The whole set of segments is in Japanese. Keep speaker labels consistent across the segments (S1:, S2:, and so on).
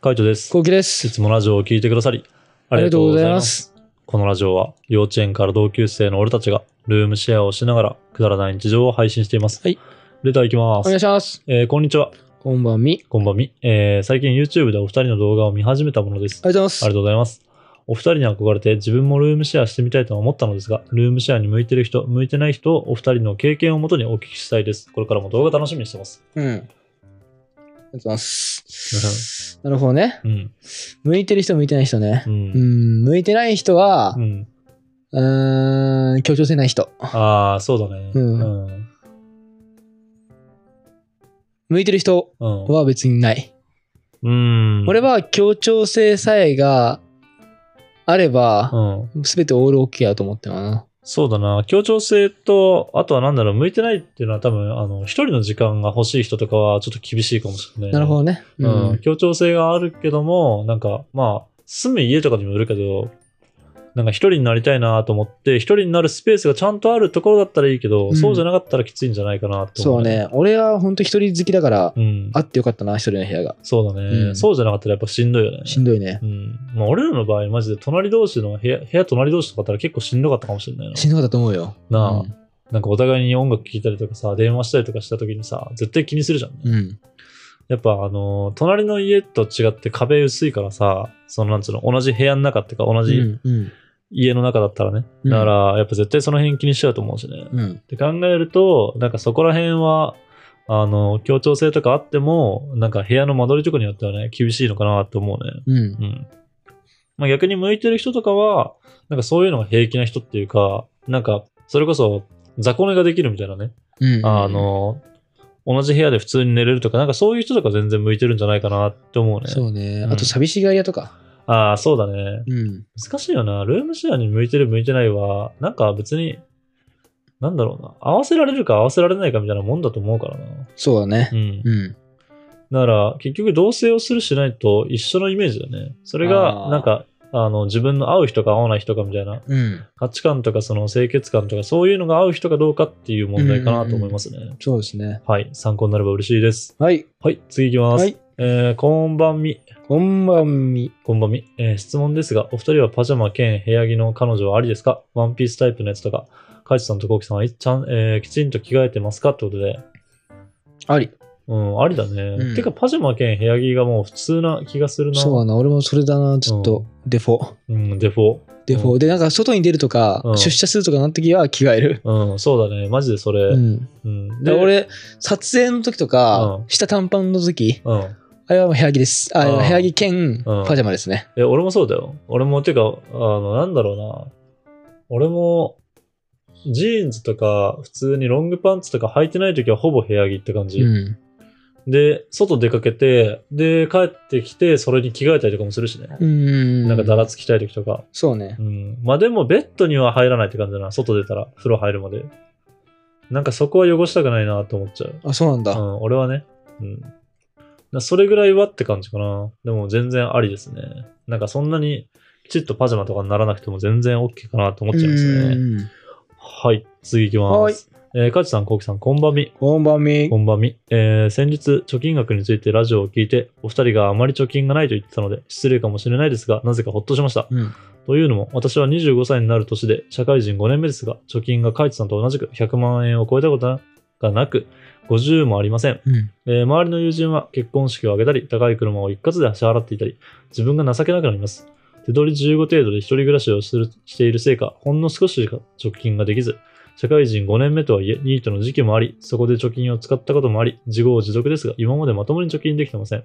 S1: カイトです。
S2: こうきで
S1: い
S2: す。
S1: つもラジオを聞いてくださり、あ
S2: あ
S1: りがと
S2: りがと
S1: う
S2: う
S1: ご
S2: ご
S1: ざ
S2: ざ
S1: い
S2: い
S1: ま
S2: ますす。
S1: このラジオは、幼稚園から同級生の俺たちが、ルームシェアをしながら、くだらない日常を配信しています。
S2: はい。
S1: レターいきま
S2: お願
S1: す
S2: い。します。
S1: えーこんにちは。
S2: こんばんみ。
S1: こんばんみ。えー最近 YouTube でお二人の動画を見始めたものです。
S2: ありがとうご
S1: あ
S2: ざ
S1: りが
S2: い
S1: とうございます。お二人に憧れて自分もルームシェアしてみたいとは思ったのですが、ルームシェアに向いてる人、向いてない人をお二人の経験をもとにお聞きしたいです。これからも動画楽しみにしてます。
S2: ます。うん。ありがとうございます。なるほどね。
S1: うん。
S2: 向いてる人、向いてない人ね
S1: う。。
S2: うんん、向いてない人は
S1: う、ん。
S2: うーん、協調性ない人。
S1: ああ、そうだね。
S2: うん
S1: うん。
S2: 向いてる人
S1: うん。
S2: は別にない。
S1: うん。
S2: 俺、は協調性さえがあれ
S1: う
S2: ば、
S1: ん。
S2: すべてオールオッケーだと思ってるな。
S1: そうだな。協調性と、あとはなんだろう、向いてないっていうのは多分、あの、一人の時間が欲しい人とかはちょっと厳しいかもしれない。
S2: なるほどね。う
S1: うん
S2: ん。
S1: 協調性があるけども、なんか、まあ、住む家とかにもよるけど、なんか一人になりたいなと思って、一人になるスペースがちゃんとあるところだったらいいけど、
S2: うん
S1: そうじゃなかったらきついんじゃないかなと
S2: そ
S1: 思
S2: う
S1: う。。
S2: ね。俺は本当一人好きだから、
S1: うん。
S2: あってよかったな、一人の部屋が。
S1: そうだね、
S2: うん
S1: そうじゃなかったらやっぱしんどいよね。
S2: しんどいね。
S1: うん。まあ、俺らの場合、マジで隣同士の部屋、部屋隣同士とかだったら結構しんどかったかもしれないな。
S2: しんどかったと思うよ。
S1: なあ、
S2: うん
S1: なんかお互いに音楽聴いたりとかさ、電話したりとかした時にさ、絶対気にするじゃん。
S2: うん。
S1: やっぱあのー隣の家と違って壁薄いからさ、そのなんつうの、同じ部屋の中っていうか、同じ
S2: うんうん
S1: 家の中だったらね。
S2: うん
S1: だから、やっぱ絶対その辺気にしちゃうと思うしね。っ
S2: うん
S1: て考えると、なんかそこら辺は、あのー協調性とかあっても、なんか部屋の間取りとかによってはね、厳しいのかなと思うね。
S2: うん
S1: うん。まあ、逆に向いてる人とかは、なんかそういうのが平気な人っていうか、なんか、それこそ、雑魚寝ができるみたいなね。
S2: うん
S1: あ、の、同じ部屋で普通に寝れるとか、なんかそういう人とか全然向いてるんじゃないかなって思うね。
S2: そうね
S1: う。ん
S2: あと寂しがり屋とか。
S1: ああ、そうだね。
S2: うん。
S1: 難しいよな。ルームシェアに向いてる向いてないは、なんか別に、なんだろうな。合わせられるか合わせられないかみたいなもんだと思うからな。
S2: そうだね
S1: う。ん。
S2: うん。
S1: だから、結局同棲をするしないと一緒のイメージだね。それ
S2: あ
S1: が、
S2: ー
S1: なんか、あの自分の合う人か合わない人かみたいな
S2: うん。
S1: 価値観とかその清潔感とかそういうのが合う人かどうかっていう問題かなと思いますね、
S2: そうですね。
S1: はい参考になれば嬉しいです
S2: はい。
S1: はい次いきます、
S2: はい。
S1: えーこんばんみ。
S2: こんばんみ。
S1: こんばんみ。えー質問ですが、お二人はパジャマ兼部屋着の彼女はありですかワンピースタイプのやつとか、カイチさんとコウキさんはいちゃん、えーきちんと着替えてますかってことで、
S2: あり。
S1: うん、ありだね。
S2: ん
S1: てか、パジャマ兼部屋着がもう普通な気がするな。
S2: そうだな。俺もそれだな。ずっと。デフォ。
S1: うん、デフォ。
S2: デフォ。で、なんか外に出るとか
S1: うん、
S2: 出社するとかなった時は着替える。
S1: うん、そうだね。マジでそれ。
S2: う
S1: うん。
S2: ん。
S1: で
S2: で、、俺、撮影の時と
S1: う
S2: か
S1: ん、
S2: 下短パンの時、
S1: うん。
S2: あれはもう部屋着です。あ、
S1: うん
S2: 部屋着兼
S1: うん
S2: パジャマですね。
S1: え、俺もそうだよ。俺も、てか、あの、なんだろうな。俺も、ジーンズとか、普通にロングパンツとか履いてない時はほぼ部屋着って感じ。
S2: うん。
S1: で、外出かけて、で、帰ってきて、それに着替えたりとかもするしね。
S2: うん。
S1: なんかだらつきたい時とか。
S2: そうね
S1: う。ん。まあでも、ベッドには入らないって感じだな。外出たら、風呂入るまで。なんかそこは汚したくないなと思っちゃう。
S2: あ、そうなん
S1: う
S2: だ。
S1: ん、俺はね。うん。なそれぐらいはって感じかな。でも全然ありですね。なんかそんなにきちっとパジャマとかにならなくても全然 OK かなと思っちゃいますね。
S2: うん
S1: はい、次行きます。えー、かちさん、こうきさん、こんばんみ。
S2: こんばんみ
S1: こ。んばんみ、えー先日、貯金額についてラジオを聞いて、お二人があまり貯金がないと言ってたので、失礼かもしれないですが、なぜかほっとしました。
S2: うん。
S1: というのも、私は25歳になる年で、社会人5年目ですが、貯金がカイツさんと同じく100万円を超えたことがなく、50もありません。
S2: うん。
S1: えー周りの友人は結婚式を挙げたり、高い車を一括で支払っていたり、自分が情けなくなります。手取り15程度で一人暮らしをするしているせいか、ほんの少ししか貯金ができず、社会人5年目とはいえ、ニートの時期もあり、そこで貯金を使ったこともあり、自業自得ですが、今までまともに貯金できてません。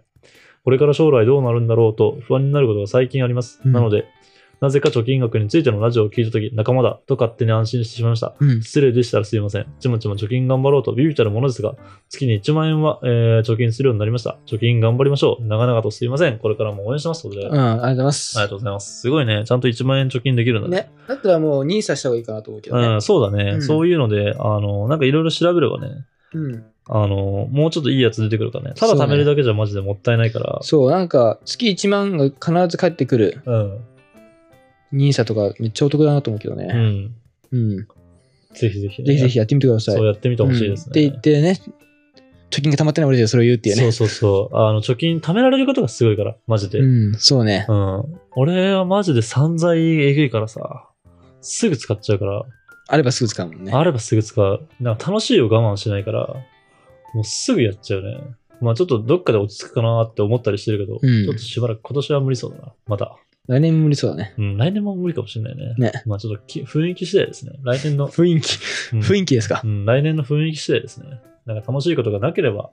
S1: これから将来どうなるんだろうと不安になることが最近あります。
S2: うん
S1: なので、なぜか貯金額についてのラジオを聞いたとき、仲間だと勝手に安心してしまいました。
S2: うん。
S1: 失礼でしたらすいません。ちまちま貯金頑張ろうとビビたるものですが、月に1万円は、えー貯金するようになりました。貯金頑張りましょう。長々とすいません。これからも応援しますので、
S2: うん、
S1: あ
S2: ありがとうございます。
S1: りがとうございます。すごいね。ちゃんと1万円貯金できるんだね。
S2: ね、だったらもう NISA した方がいいかなと思うけど
S1: う
S2: ね
S1: ん、。そうだね、
S2: うん
S1: そういうので、あの、なんかいろいろ調べればね、
S2: うん。
S1: あの、もうちょっといいやつ出てくるからね。ただ
S2: そうね
S1: 貯めるだけじゃマジでもったいないから。
S2: そう、なんか月1万が必ず返ってくる
S1: うん。
S2: NISA とかめっちゃお得だなと思うけど
S1: う
S2: ね。
S1: ん。
S2: うん。
S1: ぜひぜひ、
S2: ぜひぜひ。やってみてください。
S1: そうやってみてほしいです
S2: っ
S1: ね。
S2: て言ってね、貯金が溜まってない俺たちがそれを言うっていうね。
S1: そうそうそう。あの、貯金貯められることがすごいから、マジで。うん。
S2: うん、そうね。
S1: 俺はマジで散財えぐいからさ、すぐ使っちゃうから、
S2: あればすぐ使うもんね。
S1: あればすぐ使う。なんか楽しいを我慢しないから、もうすぐやっちゃうね。まあちょっとどっかで落ち着くかなって思ったりしてるけど、
S2: うん
S1: ちょっとしばらく今年は無理そうだな。また。
S2: 来年無理そうだね。
S1: うん、来年も無理かもしれないね。
S2: ね
S1: まあちょっとき雰囲気次第ですね。来年の、
S2: 雰囲気、
S1: うん
S2: 雰囲気ですか
S1: う。ん、来年の雰囲気次第ですね。なんか楽しいことがなければ、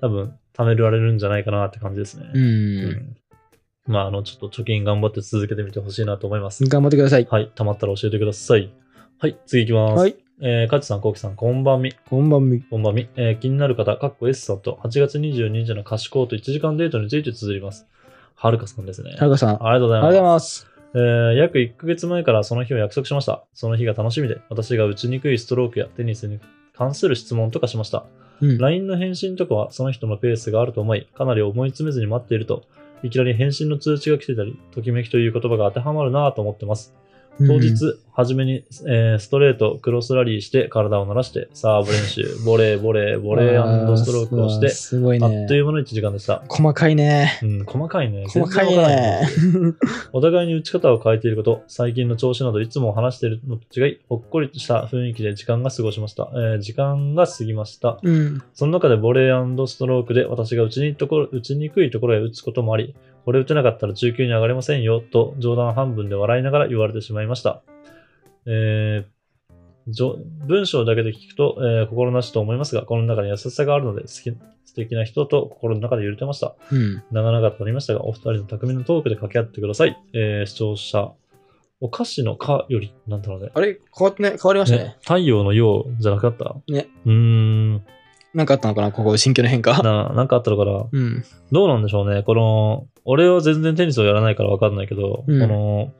S1: 多分貯められるんじゃないかなって感じですね。
S2: う。
S1: うんんまあ、あの、ちょっと貯金頑張って続けてみてほしいなと思います。
S2: 頑張ってください。
S1: はい、たまったら教えてください。はい、次行きます。
S2: はい。
S1: えー、カチさん、コウキさん、こんばんみ。
S2: こんばんみ。
S1: こんばんみ。えー気になる方、かっこ S さんと8月22日の貸しコート1時間デートについて綴ります。はるかさんですね。
S2: はるかさん。あ
S1: ありがとうござい
S2: り
S1: ます。
S2: がとうございま
S1: えー
S2: す。
S1: 約1ヶ月前からその日を約束しました。その日が楽しみで、私が打ちにくいストロークやテニスに関する質問とかしました。
S2: うん。
S1: LINE の返信とかはその人のペースがあると思い、かなり思い詰めずに待っていると、いきなり返信の通知が来てたり、ときめきという言葉が当てはまるなぁと思ってます。当
S2: うん
S1: 日、初めに、えーストレート、クロスラリーして、体を慣らして、サーブ練習、ボレー、ボレー、ボレーストロークをして
S2: あー、すごい
S1: あっ
S2: ね
S1: と。いう間の1時間でした。
S2: 細かいね。
S1: うん、細かいね。
S2: 細かい
S1: 全然わからない
S2: ね。
S1: お互いに打ち方を変えていること、最近の調子などいつも話しているのと違い、ほっこりした雰囲気で時間が過ごしました。えー時間が過ぎました。
S2: うん。
S1: その中でボレーストロークで私が打ちにところ打ちにくいところへ打つこともあり、これ打てなかったら中級に上がれませんよと冗談半分で笑いながら言われてしまいました。えーじょ文章だけで聞くと、えー心なしと思いますが、この中に優しさがあるので、好き素敵な人と心の中で揺れてました。
S2: うん。
S1: 長々となりましたが、お二人の巧みのトークで掛け合ってください。えー視聴者、お菓子のかより、なんだろうね。
S2: あれ変わってね、変わりましたね
S1: ね。太陽のようじゃなくなった
S2: ね。
S1: うーん。
S2: なんかあったのかなここ、心境の変化。
S1: な、なんかあったのかな。
S2: うん。
S1: どうなんでしょうね。この、俺は全然テニスをやらないからわかんないけど、
S2: うん
S1: この、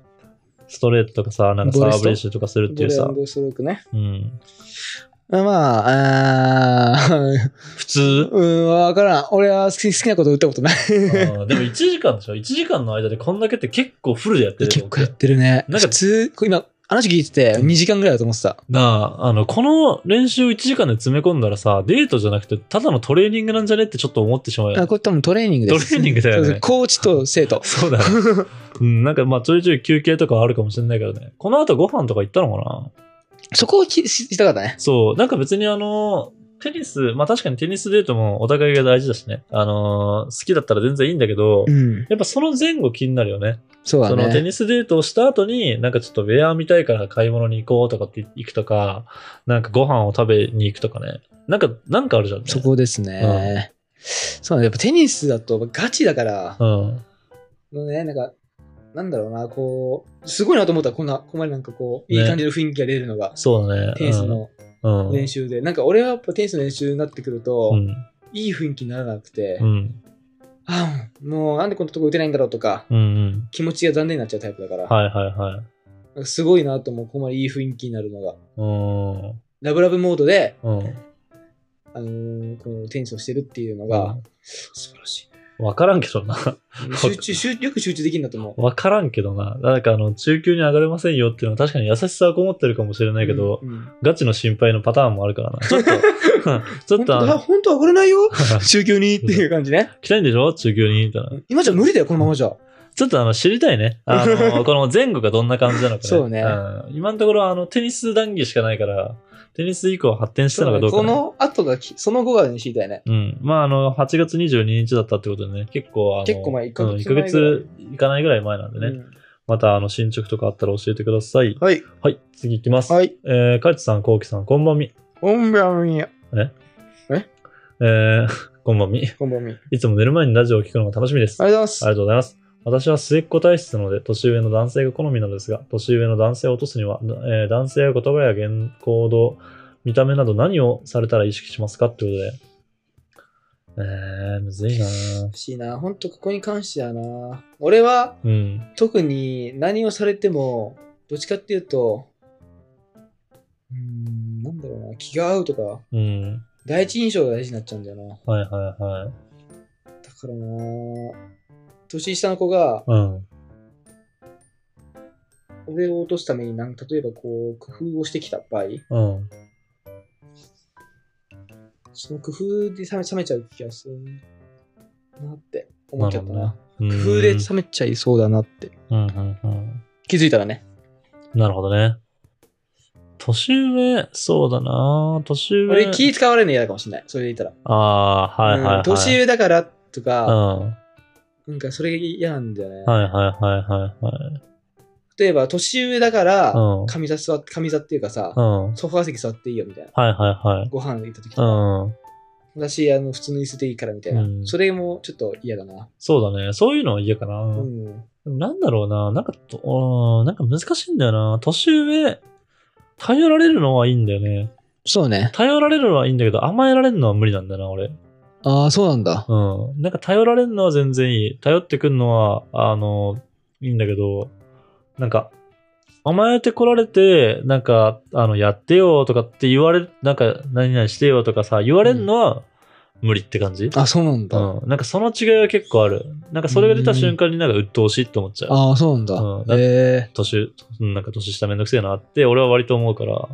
S1: ストレートとかさ、なんかサ
S2: ボレスト
S1: ーブ練習とかするっていうさ、
S2: ストロークね。
S1: うん。
S2: まあ、あー
S1: 普通
S2: うん、わからん。俺は好き好きなこと打ったことない。
S1: あーでも1時間でしょ ?1 時間の間でこんだけって結構フルでやってると
S2: 結
S1: 思
S2: 構やってるね。
S1: なんか
S2: 普通、こう今、話聞いてて、2時間ぐらいだと思ってた。
S1: なあ、あの、この練習1時間で詰め込んだらさ、デートじゃなくて、ただのトレーニングなんじゃねってちょっと思ってしまうよ
S2: あ
S1: ね。
S2: これ多分トレーニングです。
S1: トレーニングだよね。
S2: そうそうコーチと生徒
S1: そうだね。うん、なんかまあちょいちょい休憩とかはあるかもしれないけどね。この後ご飯とか行ったのかな
S2: そこをきししたかったね。
S1: そう、なんか別にあの、テニス、まあ確かにテニスデートもお互いが大事だしね。あのー好きだったら全然いいんだけど、
S2: うん。
S1: やっぱその前後気になるよね。
S2: そうだ
S1: そのテ
S2: ね。
S1: ニスデートをした後に、なんかちょっとウェア見たいから買い物に行こうとかって行くとか、なんかご飯を食べに行くとかね。なんか、なんかあるじゃん、ね。
S2: そこですね。そうだね。やっぱテニスだとガチだから、
S1: うん。
S2: のね、なんか、なんだろうな、こう、すごいなと思った。こんな、ここまでなんかこう、いい
S1: ね
S2: 感じの雰囲気が出るのが、
S1: そうだね。
S2: テニスの
S1: うん、うん
S2: 練習で。なんか俺はやっぱテニスの練習になってくると、
S1: うん。
S2: いい雰囲気にならなくて、
S1: うん。
S2: ああ、もうなんでこんなとこ打てないんだろうとか、
S1: うん。うん。
S2: 気持ちが残念になっちゃうタイプだから、
S1: はいはいはい。
S2: なんかすごいなと思う。ここまでいい雰囲気になるのが。
S1: うん。
S2: ラブラブモードで、
S1: うん。
S2: あのーこのテニスをしてるっていうのが、素晴 らし
S1: わからんけどな。
S2: い。集中、集よく集中できるんだと思う。
S1: わからんけどな。なんかあの、中級に上がれませんよっていうのは確かに優しさはこもってるかもしれないけど、
S2: うんうん
S1: ガチの心配のパターンもあるからな。ちょっと、 ちょっ
S2: 本
S1: とあ
S2: 当だ、
S1: の、
S2: 本当は上がれな いよ中級にっていう感じね。
S1: 来たいんでしょ中級に。みたいな。
S2: 今じゃ無理だよ、このままじゃ。
S1: ちょっとあの、知りたいね。あ の、この前後がどんな感じなのかね。
S2: そうね
S1: ん今のところあの、テニス談義しかないから、テニス以降発展したのかどうか、
S2: こ
S1: ね。
S2: の後がき、その後が知りたいね。
S1: うん。まあ、あの、8月22日だったってことでね、結構、あの、
S2: 結構前
S1: うん
S2: 一ヶ月
S1: 一ヶ月いかないぐらい前なんでね。
S2: うん
S1: また、あの、進捗とかあったら教えてください。
S2: はい。
S1: はい、次行きます。
S2: はい。
S1: えー、かいちさん、こうきさん、こんばんみ。
S2: こんばんみ。
S1: えー、こんばんみ。
S2: こんばんみ。あり
S1: いつも寝る前にラジオを聞くのが楽しみです。
S2: がとうございま
S1: あ
S2: す。
S1: りがとうございます。私は末っ子体質なので、年上の男性が好みなのですが、年上の男性を落とすには、えー男性や言葉や言行動、見た目など何をされたら意識しますかってことで。えー、むずいなぁ
S2: 欲しいな。本当ここに関してはな。俺は、
S1: うん。
S2: 特に何をされても、どっちかっていうと、うーん、なんだろうな。気が合うとか、
S1: うん。
S2: 第一印象が大事になっちゃうんだよな。
S1: はいはいはい。
S2: だからなぁ年下の子が
S1: うん。
S2: 俺を落とすためになんか例えばこう工夫をしてきた場合
S1: うん。
S2: その工夫で冷め冷めちゃう気がするなって思っ
S1: な
S2: ち
S1: る
S2: ゃっ
S1: ほ
S2: た
S1: ど
S2: な。
S1: な。
S2: 工
S1: 工
S2: 夫で冷めちゃいそうだなって
S1: うんうんうん。
S2: 気づいたらね。
S1: なるほどね。年上、そうだな。年上。
S2: 俺気使われるの嫌だかもしれない。それで言ったら。
S1: ああ、はいはい、は
S2: う
S1: い。
S2: ん年上だからと
S1: うん。
S2: か、
S1: はい
S2: なんかそれ嫌なんだよね。
S1: はいはいはいはい。
S2: 例えば、年上だから
S1: うん、
S2: 上座座って、上座っていうかさ
S1: う、ん。はい
S2: ソファー席座っていいよみたいな。
S1: はいはい。
S2: ご飯行った時と
S1: う
S2: か、
S1: ん。
S2: 私、あの、普通の椅子でいいからみたいな。
S1: うん
S2: それもちょっと嫌だな。
S1: そうだね。そういうのは嫌か
S2: う
S1: な。
S2: ん。
S1: でもなんだろうな。なんかと、うんなんか難しいんだよな。年上、頼られるのはいいんだよね。
S2: そうね。
S1: 頼られるのはいいんだけど、甘えられるのは無理なんだよな、俺。
S2: ああ、そうなんだ。
S1: うん。なんか頼られるのは全然いい。頼ってくるのは、あの、いいんだけど、なんか、甘えてこられて、なんか、あの、やってよとかって言われ、なんか、何々してよとかさ、言われるのは無理って感じ、
S2: あ、そうなん
S1: うん、なんかその違いは結構ある。なんかそれが出た瞬間になんか鬱陶しいって思っちゃう。
S2: ああ、そうなんだ
S1: うんだっ
S2: え
S1: 年、なんか年下めんどくせえなって、俺は割と思うから。だか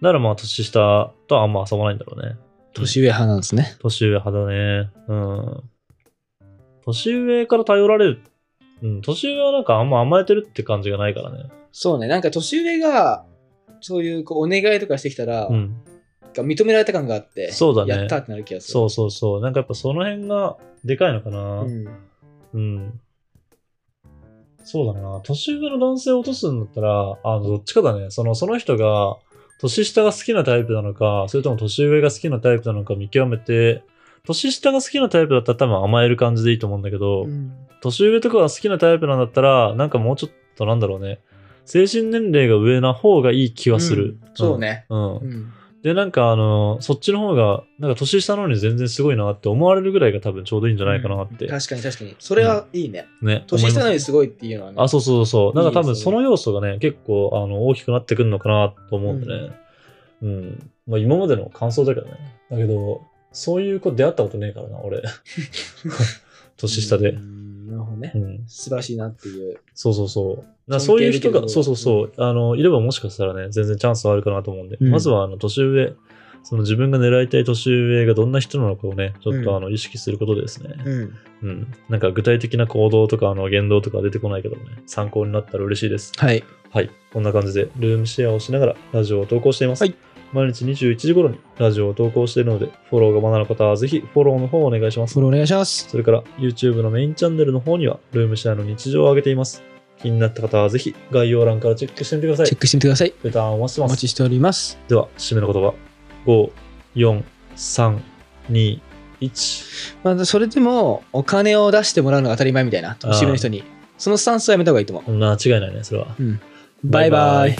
S1: らまあ年下とはあんま遊ばないんだろうね。
S2: 年上派なんですね。
S1: 年上派だね。うん。年上から頼られる。うん、年上はなんかあんま甘えてるって感じがないからね。
S2: そうね。なんか年上が、そういうこうお願いとかしてきたら、
S1: うん。
S2: が認められた感があって、
S1: そうだね
S2: やったってなる気がする。
S1: そうそうそう。なんかやっぱその辺がでかいのかな。うん。
S2: ん。
S1: そうだな。年上の男性を落とすんだったら、あの、どっちかだね。その、その人が、年下が好きなタイプなのか、それとも年上が好きなタイプなのか見極めて、年下が好きなタイプだったら多分甘える感じでいいと思うんだけど、
S2: うん
S1: 年上とかが好きなタイプなんだったら、なんかもうちょっとなんだろうね。精神年齢が上な方がいい気はする。
S2: うんそう。ね。
S1: うん。
S2: うん。
S1: で、なんかあの、そっちの方が、なんか年下なのに全然すごいなって思われるぐらいが多分ちょうどいいんじゃないかなって。
S2: 確かに確かに。それはいいね。
S1: ね。
S2: 年下な
S1: 思
S2: の
S1: います
S2: にすごいっていうのはね。
S1: あ、そうそうそう。なんか多
S2: いい
S1: 分
S2: ですね
S1: その要素がね、結構あの大きくなってくるのかなと思うんでね。うん。まあ今までの感想だけどね。だけど、そういう子出会ったことねえからな、 俺。年下
S2: う
S1: で。
S2: んなるほどね
S1: う。ん。
S2: 素晴らしいなっていう。
S1: そうそうそう。だから
S2: 尊
S1: そう
S2: 敬
S1: いう
S2: できる
S1: 人
S2: けど
S1: が、そうそうそう、あの、いればもしかしたらね、全然チャンスはあるかなと思うんで、
S2: うん
S1: まずは、あの、年上、その自分が狙いたい年上がどんな人なのかをね、ちょっ
S2: うん
S1: とあの意識することですね、
S2: うん。
S1: うん。なんか具体的な行動とか、あの、言動とかは出てこないけどもね、参考になったら嬉しいです。
S2: はい。
S1: はい。こんな感じで、ルームシェアをしながらラジオを投稿しています。
S2: はい
S1: 毎日21時頃にラジオを投稿しているので、フォローがまだの方はぜひフォローの方をお願いします。
S2: フォローお願いします。
S1: それから YouTube のメインチャンネルの方にはルームシェアの日常を上げています。気になった方はぜひ概要欄からチェックしてみてくださ
S2: チェ
S1: い
S2: ッ。クしてみてください。
S1: レターンをお待ちして
S2: お
S1: ま
S2: 待
S1: す。
S2: ちしております。
S1: では、締めの言葉。5、4、3、2、1。
S2: まあ、それでも、お金を出してもらうのが当たり前みたいな、年上の人に。そのスタンスはやめた方がいいと思う。
S1: 間違いないね、それは。
S2: バイバイ。